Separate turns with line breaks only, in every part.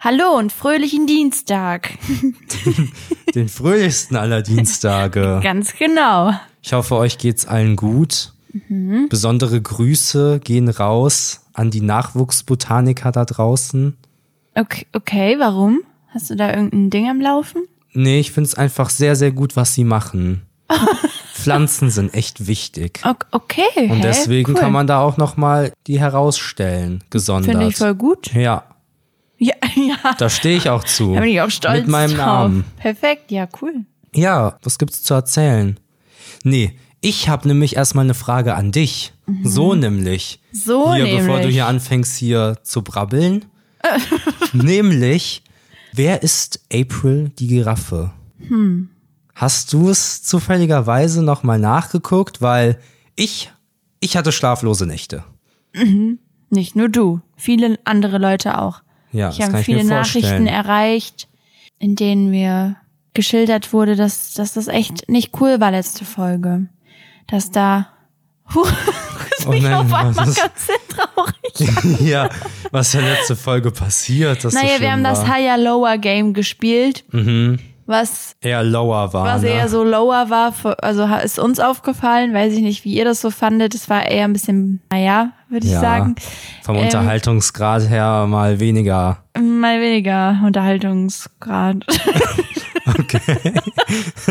Hallo und fröhlichen Dienstag.
Den fröhlichsten aller Dienstage.
Ganz genau.
Ich hoffe, euch geht's allen gut.
Mhm.
Besondere Grüße gehen raus an die Nachwuchsbotaniker da draußen.
Okay, okay, warum? Hast du da irgendein Ding am Laufen?
Nee, ich find's einfach sehr, sehr gut, was sie machen. Pflanzen sind echt wichtig.
O- Okay.
Und
hä?
deswegen
cool.
kann man da auch nochmal die herausstellen, gesondert.
Finde ich voll gut.
ja,
Ja, ja. Da
da stehe ich auch zu.
bin ich auch stolz
Mit meinem
drauf.
Namen.
Perfekt, ja, cool.
Ja, was gibt's zu erzählen? Nee, ich habe nämlich erstmal eine Frage an dich. So nämlich.
Mhm. So
hier, bevor du
nämlich.
hier anfängst, hier zu brabbeln. nämlich, wer ist April die Giraffe?
Hm.
Hast du es zufälligerweise nochmal nachgeguckt? Weil ich, ich hatte schlaflose Nächte.
Nicht nur du, viele andere Leute auch.
Ja,
ich
das
habe
kann ich
viele
mir vorstellen.
Nachrichten erreicht, in denen mir geschildert wurde, dass, dass das echt nicht cool war letzte Folge. Dass da. Huch, das
Oh
mich
nein,
auf einmal
was
ganz
ist-
sehr traurig.
ja, was in der letzten Folge passiert. Das
Naja,
so
wir
schlimm
haben
war. Mhm.
das halt Higher Lower Game gespielt, was
eher lower war.
was
ne?
eher so lower war, für- also ha- ist uns aufgefallen, weiß ich nicht, wie ihr das so fandet. Es war eher ein bisschen, naja, würde ich
Ja,
sagen.
Vom
Ähm,
Unterhaltungsgrad her mal weniger.
Mal weniger Unterhaltungsgrad.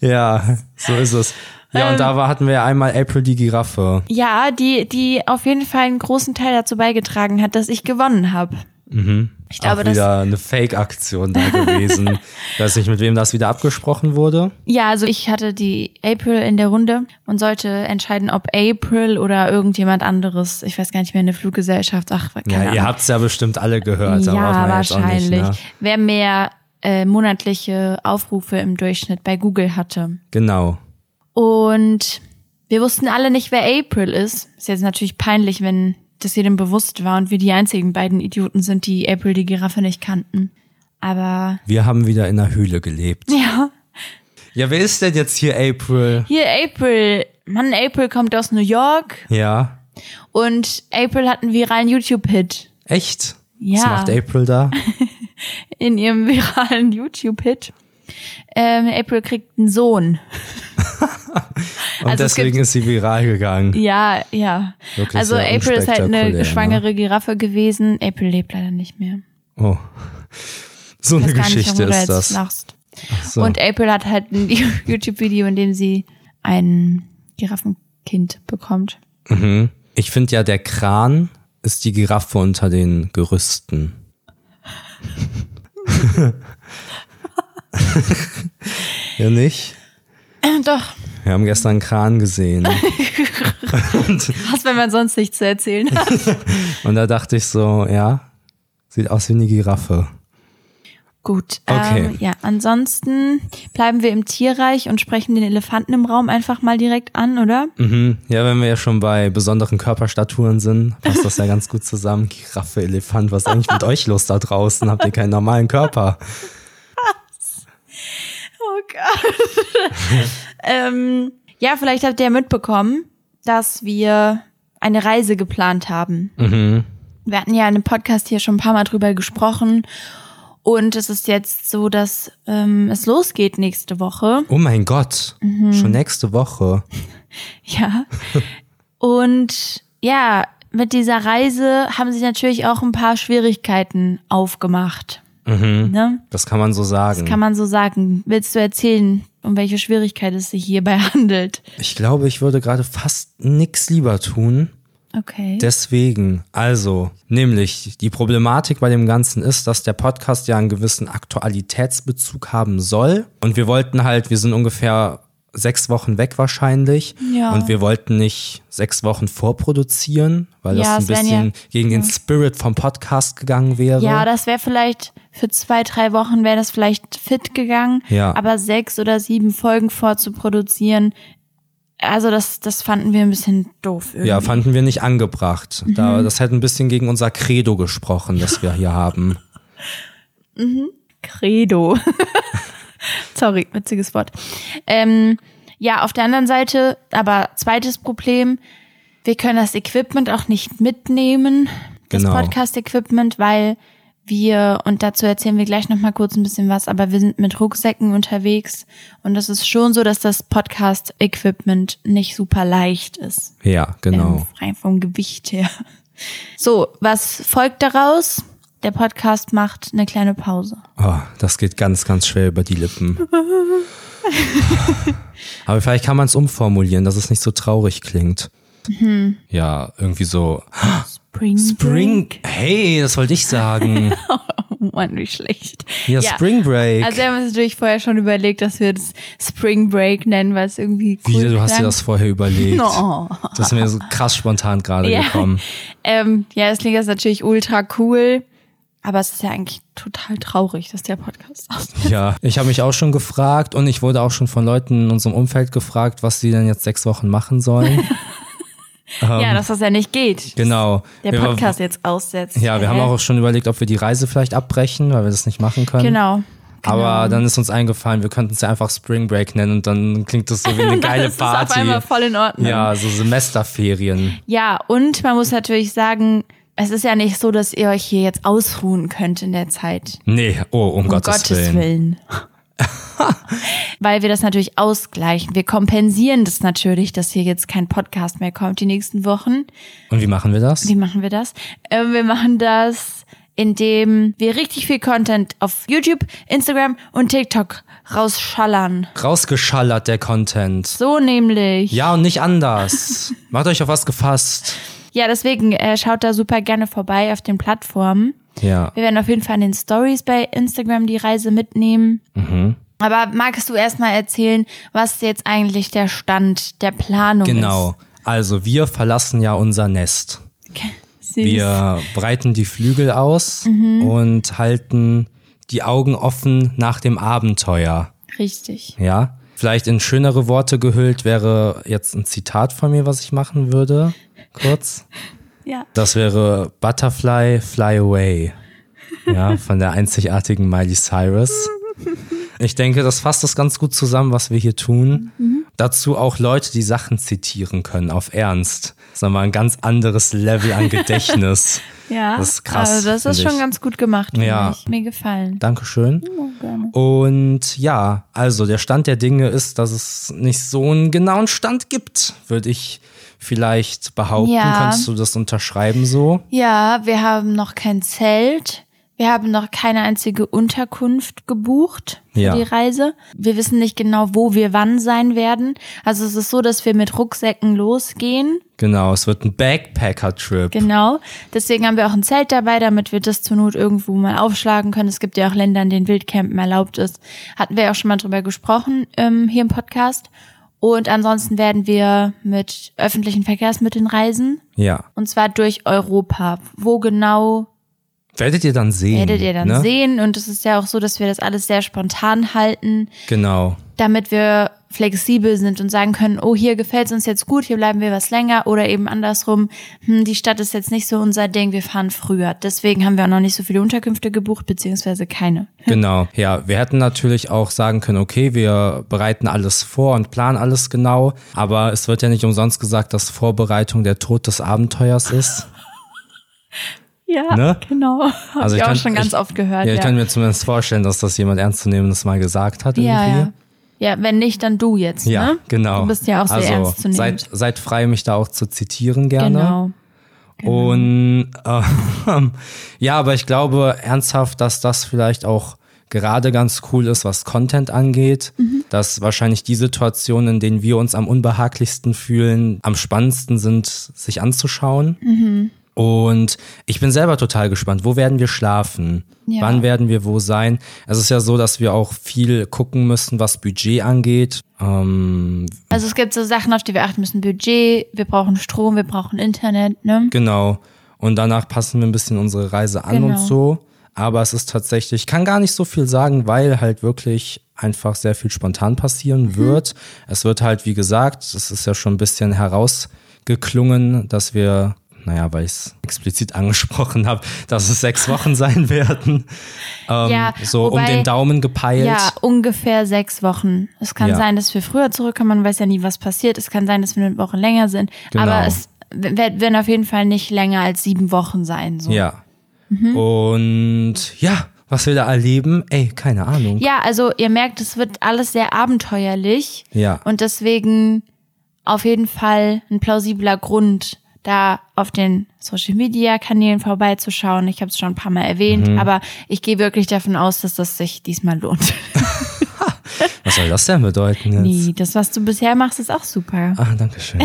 Ja, so ist es. Ja,
Ähm,
und da war, hatten wir ja einmal April die Giraffe.
ja, die, die auf jeden Fall einen großen Teil dazu beigetragen hat, dass ich gewonnen habe. Ich glaube,
Mhm. Auch
das-
wieder eine Fake-Aktion da gewesen. ich weiß nicht, mit wem das wieder abgesprochen wurde.
Ja, also ich hatte die April in der Runde und sollte entscheiden, ob April oder irgendjemand anderes, ich weiß gar nicht mehr, eine Fluggesellschaft, ach, keine
Ja,
Ahnung.
ihr habt's ja bestimmt alle gehört. da
ja,
braucht man jetzt auch
wahrscheinlich.
Nicht, ne?
Wer mehr äh, monatliche Aufrufe im Durchschnitt bei Google hatte.
Genau.
Und wir wussten alle nicht, wer April ist. Ist jetzt natürlich peinlich, wenn das jedem bewusst war und wir die einzigen beiden Idioten sind, die April die Giraffe nicht kannten. Aber
Wir haben wieder in der Höhle gelebt.
ja,
Ja, wer ist denn jetzt hier April?
hier April. Mann, April kommt aus New York
Ja.
und April hat einen viralen YouTube-Hit.
Echt? Was
Ja.
macht April da?
in ihrem viralen YouTube-Hit. Ähm, April kriegt einen Sohn.
Und
Also es gibt-
deswegen ist sie viral gegangen.
Ja, ja.
Wirklich
also
sehr
April ist halt eine
unspektakulär,
schwangere Giraffe gewesen. April lebt leider nicht mehr.
Oh. So eine
Ich weiß gar nicht,
Geschichte
warum du
ist
jetzt
das.
lachst.
So.
Und April hat halt ein YouTube-Video, in dem sie ein Giraffenkind bekommt.
Mhm. Ich finde ja, der Kran ist die Giraffe unter den Gerüsten. ja, nicht?
Äh, Doch,
Wir haben gestern einen Kran gesehen.
was, wenn man sonst nichts zu erzählen hat.
Und da dachte ich so, ja, sieht aus wie eine Giraffe.
Gut,
Okay.
ähm, ja, ansonsten bleiben wir im Tierreich und sprechen den Elefanten im Raum einfach mal direkt an, oder?
Mhm. Ja, wenn wir ja schon bei besonderen Körperstaturen sind, passt das ja ganz gut zusammen. Giraffe, Elefant, was ist eigentlich mit euch los da draußen? Habt ihr keinen normalen Körper?
Oh Gott. ähm, ja, vielleicht habt ihr ja mitbekommen, dass wir eine Reise geplant haben. Wir hatten ja in dem Podcast hier schon ein paar Mal drüber gesprochen. Und es ist jetzt so, dass ähm, es losgeht nächste Woche.
Oh mein Gott, schon nächste Woche.
Ja. Und ja, mit dieser Reise haben sich natürlich auch ein paar Schwierigkeiten aufgemacht. Ne?
Das kann man so sagen.
Kann man so sagen. Willst du erzählen, um welche Schwierigkeit es sich hierbei handelt?
Ich glaube, ich würde gerade fast nix lieber tun.
Okay.
Deswegen, also, nämlich die Problematik bei dem Ganzen ist, dass der Podcast ja einen gewissen Aktualitätsbezug haben soll. Und wir wollten halt, wir sind ungefähr sechs Wochen weg wahrscheinlich.
Ja.
Und wir wollten nicht sechs Wochen vorproduzieren, weil
Ja,
das
es wären ja-
ein bisschen gegen den Spirit vom Podcast gegangen wäre.
Ja, das wäre vielleicht für zwei, drei Wochen wäre das vielleicht fit gegangen.
Ja.
Aber sechs oder sieben Folgen vorzuproduzieren, also das, das fanden wir ein bisschen doof irgendwie.
ja, fanden wir nicht angebracht. Da,
Mhm.
das hätte ein bisschen gegen unser Credo gesprochen, das wir hier haben.
Credo. Sorry, witziges Wort. Ähm, ja, auf der anderen Seite, aber zweites Problem, wir können das Equipment auch nicht mitnehmen, das
Genau.
Podcast-Equipment, weil Wir, und dazu erzählen wir gleich nochmal kurz ein bisschen was, aber wir sind mit Rucksäcken unterwegs und es ist schon so, dass das Podcast-Equipment nicht super leicht ist.
Ja,
Ähm,
genau.
rein vom Gewicht her. So, was folgt daraus? Der Podcast macht eine kleine Pause.
Oh, das geht ganz, ganz schwer über die Lippen. Aber vielleicht kann man es umformulieren, dass es nicht so traurig klingt.
Mhm.
Ja, irgendwie so.
Spring.
Spring. Hey, das wollte ich sagen.
Oh Mann, wie schlecht.
Ja, Spring Break.
Also wir haben uns natürlich vorher schon überlegt, dass wir das Spring Break nennen, weil es irgendwie cool
Wie, du hast dir
klang.
das vorher überlegt.
No.
Das ist mir so krass spontan gerade
Ja.
gekommen.
Ähm, ja, das klingt jetzt natürlich ultra cool, aber es ist ja eigentlich total traurig, dass der Podcast ausmacht.
Ja, ich habe mich auch schon gefragt und ich wurde auch schon von Leuten in unserem Umfeld gefragt, was sie denn jetzt sechs Wochen machen sollen.
ja, dass das ja nicht geht.
genau.
Der
Wir-
Podcast jetzt aussetzt.
Ja, wir haben
Hä?
auch schon überlegt, ob wir die Reise vielleicht abbrechen, weil wir das nicht machen können.
Genau.
Aber dann ist uns eingefallen, wir könnten es ja einfach Spring Break nennen und dann klingt das so wie eine
Und dann
geile
ist Das auf
Party.
einmal voll in Ordnung.
Ja, so Semesterferien.
Ja, und man muss natürlich sagen, es ist ja nicht so, dass ihr euch hier jetzt ausruhen könnt in der Zeit.
Nee, oh, um,
Um
Gottes, Willen.
Weil wir das natürlich ausgleichen. Wir kompensieren das natürlich, dass hier jetzt kein Podcast mehr kommt die nächsten Wochen.
Und wie machen wir das?
Wie machen wir das? Ähm, wir machen das, indem wir richtig viel Content auf YouTube, Instagram und TikTok rausschallern.
Rausgeschallert der Content.
So nämlich.
Ja, und nicht anders. Macht euch auf was gefasst.
Ja, deswegen äh, schaut da super gerne vorbei auf den Plattformen.
Ja.
Wir werden auf jeden Fall in den Stories bei Instagram die Reise mitnehmen.
Mhm.
Aber magst du erstmal erzählen, was jetzt eigentlich der Stand der Planung
Genau. Also wir verlassen ja unser Nest.
ist? Genau. Süß.
Wir breiten die Flügel aus
Mhm.
und halten die Augen offen nach dem Abenteuer.
Richtig.
Ja. Vielleicht in schönere Worte gehüllt wäre jetzt ein Zitat von mir, was ich machen würde. Kurz.
Ja.
Das wäre Butterfly Fly Away. Ja, von der einzigartigen Miley Cyrus. Ich denke, das fasst das ganz gut zusammen, was wir hier tun. Dazu auch Leute, die Sachen zitieren können, auf Ernst. Das ist nochmal ein ganz anderes Level an Gedächtnis.
Ja.
Das ist krass,
Also das
finde
ist schon
ich.
ganz gut gemacht. finde
Ja.
Ich. Mir gefallen.
Dankeschön.
gerne.
Und ja, also der Stand der Dinge ist, dass es nicht so einen genauen Stand gibt, würde ich vielleicht behaupten.
Ja.
Kannst du das unterschreiben so?
Ja, wir haben noch kein Zelt. Wir haben noch keine einzige Unterkunft gebucht für
Ja.
die Reise. Wir wissen nicht genau, wo wir wann sein werden. Also es ist so, dass wir mit Rucksäcken losgehen.
Genau, es wird ein Backpacker-Trip.
Genau. Deswegen haben wir auch ein Zelt dabei, damit wir das zur Not irgendwo mal aufschlagen können. Es gibt ja auch Länder, in denen Wildcampen erlaubt ist. Hatten wir ja auch schon mal drüber gesprochen ähm, hier im Podcast. Und ansonsten werden wir mit öffentlichen Verkehrsmitteln reisen.
Ja.
Und zwar durch Europa. Wo genau
Werdet ihr dann sehen.
werdet ihr dann
ne?
sehen. Und es ist ja auch so, dass wir das alles sehr spontan halten,
Genau.
damit wir flexibel sind und sagen können, oh, hier gefällt es uns jetzt gut, hier bleiben wir was länger oder eben andersrum, hm, die Stadt ist jetzt nicht so unser Ding, wir fahren früher. Deswegen haben wir auch noch nicht so viele Unterkünfte gebucht, beziehungsweise keine.
Genau, ja, wir hätten natürlich auch sagen können, okay, wir bereiten alles vor und planen alles genau, aber es wird ja nicht umsonst gesagt, dass Vorbereitung der Tod des Abenteuers ist.
Ja,
Ne?
genau. Habe ich auch schon ganz
ich-
oft gehört.
Ja,
Ja,
ich kann mir zumindest vorstellen, dass das jemand ernstzunehmendes mal gesagt hat.
ja,
irgendwie.
ja. ja, wenn nicht, dann du jetzt.
Hm, Ja,
ne?
genau.
Du bist ja auch sehr
also,
ernst zu nehmen.
Seid, seid frei, mich da auch zu zitieren gerne.
genau.
Und ähm, ja, aber ich glaube ernsthaft, dass das vielleicht auch gerade ganz cool ist, was Content angeht, dass wahrscheinlich die Situationen, in denen wir uns am unbehaglichsten fühlen, am spannendsten sind, sich anzuschauen. Und ich bin selber total gespannt, wo werden wir schlafen?
Ja.
Wann werden wir wo sein? Es ist ja so, dass wir auch viel gucken müssen, was Budget angeht. Ähm,
Also es gibt so Sachen, auf die wir achten müssen. Budget, wir brauchen Strom, wir brauchen Internet, ne?
Genau. Und danach passen wir ein bisschen unsere Reise an
Genau.
und so. Aber es ist tatsächlich, ich kann gar nicht so viel sagen, weil halt wirklich einfach sehr viel spontan
Mhm.
passieren wird. Es wird halt, wie gesagt, es ist ja schon ein bisschen herausgeklungen, dass wir, naja, weil ich es explizit angesprochen habe, dass es sechs Wochen sein werden. Ähm,
Ja,
so um
wobei-
den Daumen gepeilt.
Ja, ungefähr sechs Wochen. Es kann
Ja.
sein, dass wir früher zurückkommen, man weiß ja nie, was passiert. Es kann sein, dass wir eine Woche länger sind.
Genau.
Aber es w- werden auf jeden Fall nicht länger als sieben Wochen sein. So.
Ja.
Mhm.
Und ja, was wir da erleben, ey, keine Ahnung.
Ja, also ihr merkt, es wird alles sehr abenteuerlich.
Ja.
Und deswegen auf jeden Fall ein plausibler Grund, da auf den Social Media Kanälen vorbeizuschauen. Ich habe es schon ein paar Mal erwähnt,
Mhm.
aber ich gehe wirklich davon aus, dass das sich diesmal lohnt.
Was soll das denn bedeuten jetzt?
Nee, das, was du bisher machst, ist auch super.
Ah, danke schön.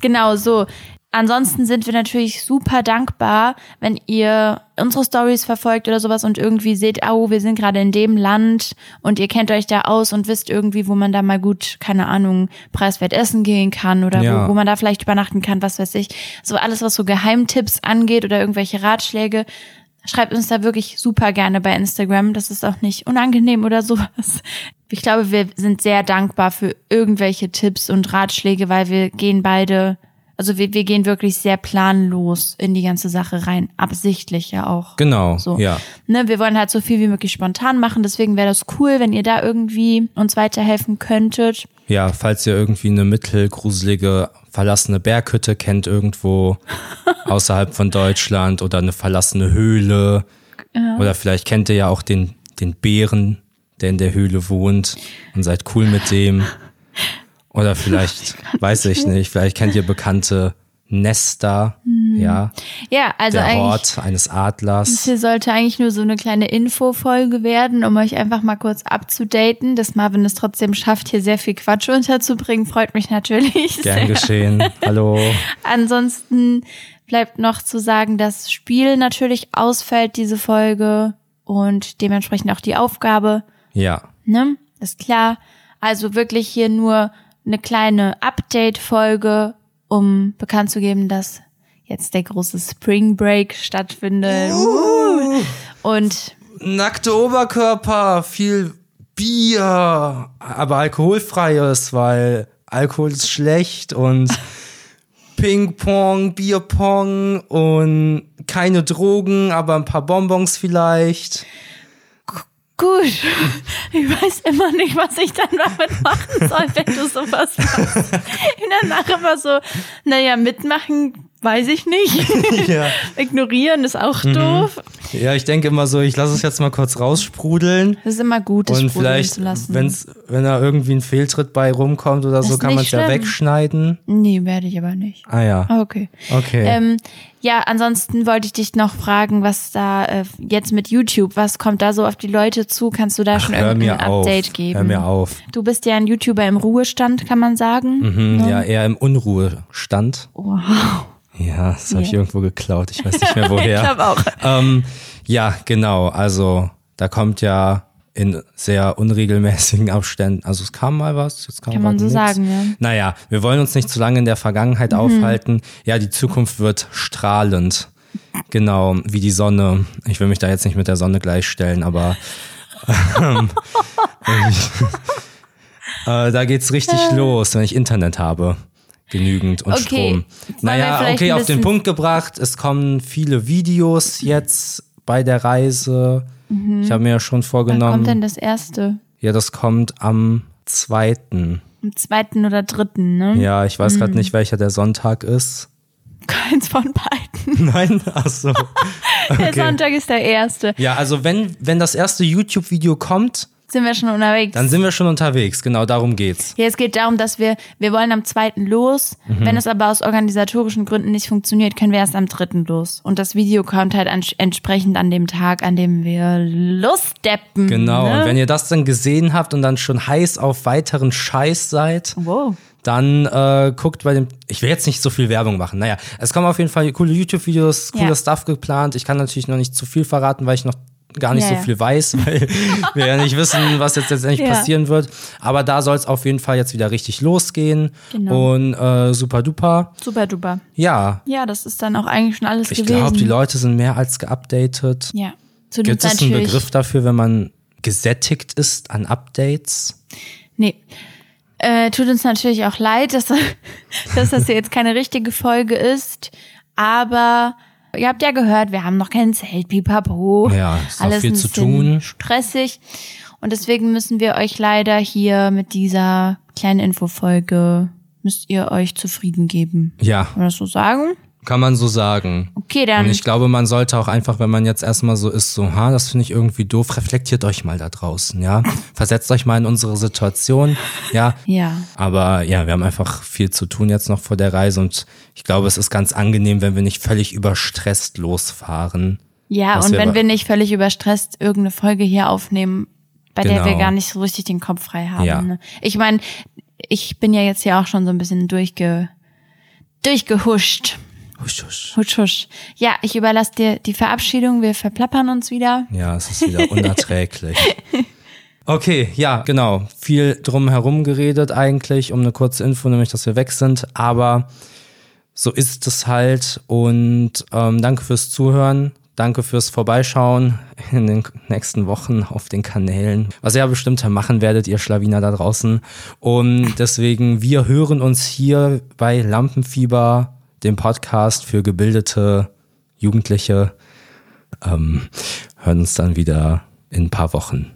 Genau so. Ansonsten sind wir natürlich super dankbar, wenn ihr unsere Stories verfolgt oder sowas und irgendwie seht, oh, wir sind gerade in dem Land und ihr kennt euch da aus und wisst irgendwie, wo man da mal gut, keine Ahnung, preiswert essen gehen kann oder
Ja.
wo, wo man da vielleicht übernachten kann, was weiß ich. So alles, was so Geheimtipps angeht oder irgendwelche Ratschläge. Schreibt uns da wirklich super gerne bei Instagram. Das ist auch nicht unangenehm oder sowas. Ich glaube, wir sind sehr dankbar für irgendwelche Tipps und Ratschläge, weil wir gehen beide, also wir, wir gehen wirklich sehr planlos in die ganze Sache rein. Absichtlich ja auch.
Genau,
So.
ja.
Ne, wir wollen halt so viel wie möglich spontan machen. Deswegen wäre das cool, wenn ihr da irgendwie uns weiterhelfen könntet.
Ja, falls ihr irgendwie eine mittelgruselige, verlassene Berghütte kennt irgendwo außerhalb von Deutschland oder eine verlassene Höhle. Oder vielleicht kennt ihr ja auch den, den Bären, der in der Höhle wohnt und seid cool mit dem. Oder vielleicht, weiß ich nicht, vielleicht kennt ihr bekannte Nester, ja,
Ja, also
der
eigentlich.
Hort eines Adlers.
Hier sollte eigentlich nur so eine kleine Infofolge werden, um euch einfach mal kurz abzudaten. Dass Marvin es trotzdem schafft, hier sehr viel Quatsch unterzubringen, freut mich natürlich
Gern
sehr.
geschehen. Hallo.
Ansonsten bleibt noch zu sagen, dass Spiel natürlich ausfällt, diese Folge, und dementsprechend auch die Aufgabe.
Ja.
Ne? Ist klar. Also wirklich hier nur eine kleine Update-Folge, um bekannt zu geben, dass jetzt der große Spring Break stattfindet. Und
nackte Oberkörper, viel Bier, aber alkoholfreies, weil Alkohol ist schlecht und Ping-Pong, Bierpong und keine Drogen, aber ein paar Bonbons vielleicht.
gut, ich weiß immer nicht, was ich dann damit machen soll, wenn du sowas machst. Und danach immer so, naja, mitmachen weiß ich nicht.
Ja,
Ignorieren ist
Mhm.
auch doof.
ja ich denke immer so, ich lasse es jetzt mal kurz raussprudeln.
Das ist immer gut, das
Und
sprudeln
vielleicht,
zu lassen.
wenn's, wenn da irgendwie ein Fehltritt bei rumkommt oder so,
ist
kann man
nicht
es ja
schlimm.
wegschneiden.
nee, werde ich aber nicht.
Ah ja,
Ah, Okay.
okay.
Ähm, ja, ansonsten wollte ich dich noch fragen, was da äh, jetzt mit YouTube, was kommt da so auf die Leute zu? Kannst du da schon
Hör
irgendein
mir auf.
Update geben?
Hör mir auf.
Du bist ja ein YouTuber im Ruhestand, kann man sagen.
Hm, ja, eher im Unruhestand. Wow. Ja, das habe ich
Ja.
irgendwo geklaut. Ich weiß nicht mehr woher.
Ich glaube auch.
ähm, ja, genau. Also da kommt ja in sehr unregelmäßigen Abständen. Also es kam mal was, jetzt kam
Kann man
mal
so
nix.
sagen, ja. Mhm.
Naja, wir wollen uns nicht zu lange in der Vergangenheit aufhalten. Ja, die Zukunft wird strahlend. Genau, wie die Sonne. Ich will mich da jetzt nicht mit der Sonne gleichstellen, aber ähm, ich, äh, da geht's richtig los, wenn ich Internet habe. Genügend und
Okay.
Strom.
Wollen wir
Naja,
vielleicht
okay,
ein
auf den
bisschen-
Punkt gebracht. Es kommen viele Videos jetzt bei der Reise. Ich habe mir ja schon
Mhm. Wann kommt
vorgenommen.
denn das erste?
Ja, das kommt am zweiten.
Am zweiten oder dritten, ne?
Ja, ich weiß gerade nicht, welcher der Sonntag ist.
Keins von beiden.
Nein, ach so.
Der
Okay.
Sonntag ist der erste.
Ja, also wenn, wenn das erste YouTube-Video kommt,
Sind wir schon unterwegs?
dann sind wir schon unterwegs. Genau, darum geht's.
Ja, es geht darum, dass wir, wir wollen am zweiten los.
Mhm.
Wenn es aber aus organisatorischen Gründen nicht funktioniert, können wir erst am dritten los. Und das Video kommt halt ans- entsprechend an dem Tag, an dem wir losdeppen.
Genau,
Ne?
und wenn ihr das dann gesehen habt und dann schon heiß auf weiteren Scheiß seid,
wow.
dann äh, guckt bei dem. Ich will jetzt nicht so viel Werbung machen. Naja, es kommen auf jeden Fall coole YouTube-Videos, cooler
Ja.
Stuff geplant. Ich kann natürlich noch nicht zu viel verraten, weil ich noch gar nicht
Ja,
so
ja.
viel weiß, weil wir ja nicht wissen, was jetzt letztendlich
Ja.
passieren wird. Aber da soll es auf jeden Fall jetzt wieder richtig losgehen.
Genau.
Und äh, super duper.
Super duper.
Ja,
Ja, das ist dann auch eigentlich schon alles
ich
gewesen.
glaube, die Leute sind mehr als geupdatet.
Ja. Zu dem
Gibt es einen
natürlich-
Begriff dafür, wenn man gesättigt ist an Updates?
Nee. Äh, tut uns natürlich auch leid, dass, dass das hier jetzt keine richtige Folge ist, aber ihr habt ja gehört, wir haben noch kein Zelt, pipapo.
Ja, ist noch viel
ein
zu
bisschen
tun.
Stressig. Und deswegen müssen wir euch leider hier mit dieser kleinen Infofolge, müsst ihr euch zufrieden geben.
Ja,
Kann man das so sagen?
Kann man so sagen.
Okay, dann.
Und ich glaube, man sollte auch einfach, wenn man jetzt erstmal so ist, so, ha, das finde ich irgendwie doof, reflektiert euch mal da draußen, ja. Versetzt euch mal in unsere Situation, ja.
ja.
Aber ja, wir haben einfach viel zu tun jetzt noch vor der Reise und ich glaube, es ist ganz angenehm, wenn wir nicht völlig überstresst losfahren.
Ja,
Was
und
wir
wenn
aber-
wir nicht völlig überstresst irgendeine Folge hier aufnehmen, bei der wir
Genau.
gar nicht so richtig den Kopf frei haben.
Ja.
Ne? Ich meine, ich bin ja jetzt hier auch schon so ein bisschen durchge durchgehuscht.
Husch, husch.
Husch, husch. Ja, ich überlasse dir die Verabschiedung. Wir verplappern uns wieder.
Ja, es ist wieder unerträglich. Okay, ja, genau. Viel drum herum geredet eigentlich, um eine kurze Info, nämlich, dass wir weg sind. Aber so ist es halt. Und ähm, danke fürs Zuhören. Danke fürs Vorbeischauen in den nächsten Wochen auf den Kanälen. Was ihr ja bestimmt machen werdet, ihr Schlawiner da draußen. Und deswegen, wir hören uns hier bei Lampenfieber, dem Podcast für gebildete Jugendliche. Ähm, hören uns dann wieder in ein paar Wochen.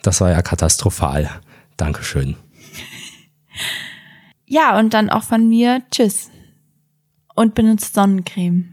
Das war ja katastrophal. Dankeschön.
Ja, und dann auch von mir. Tschüss. Und benutzt Sonnencreme.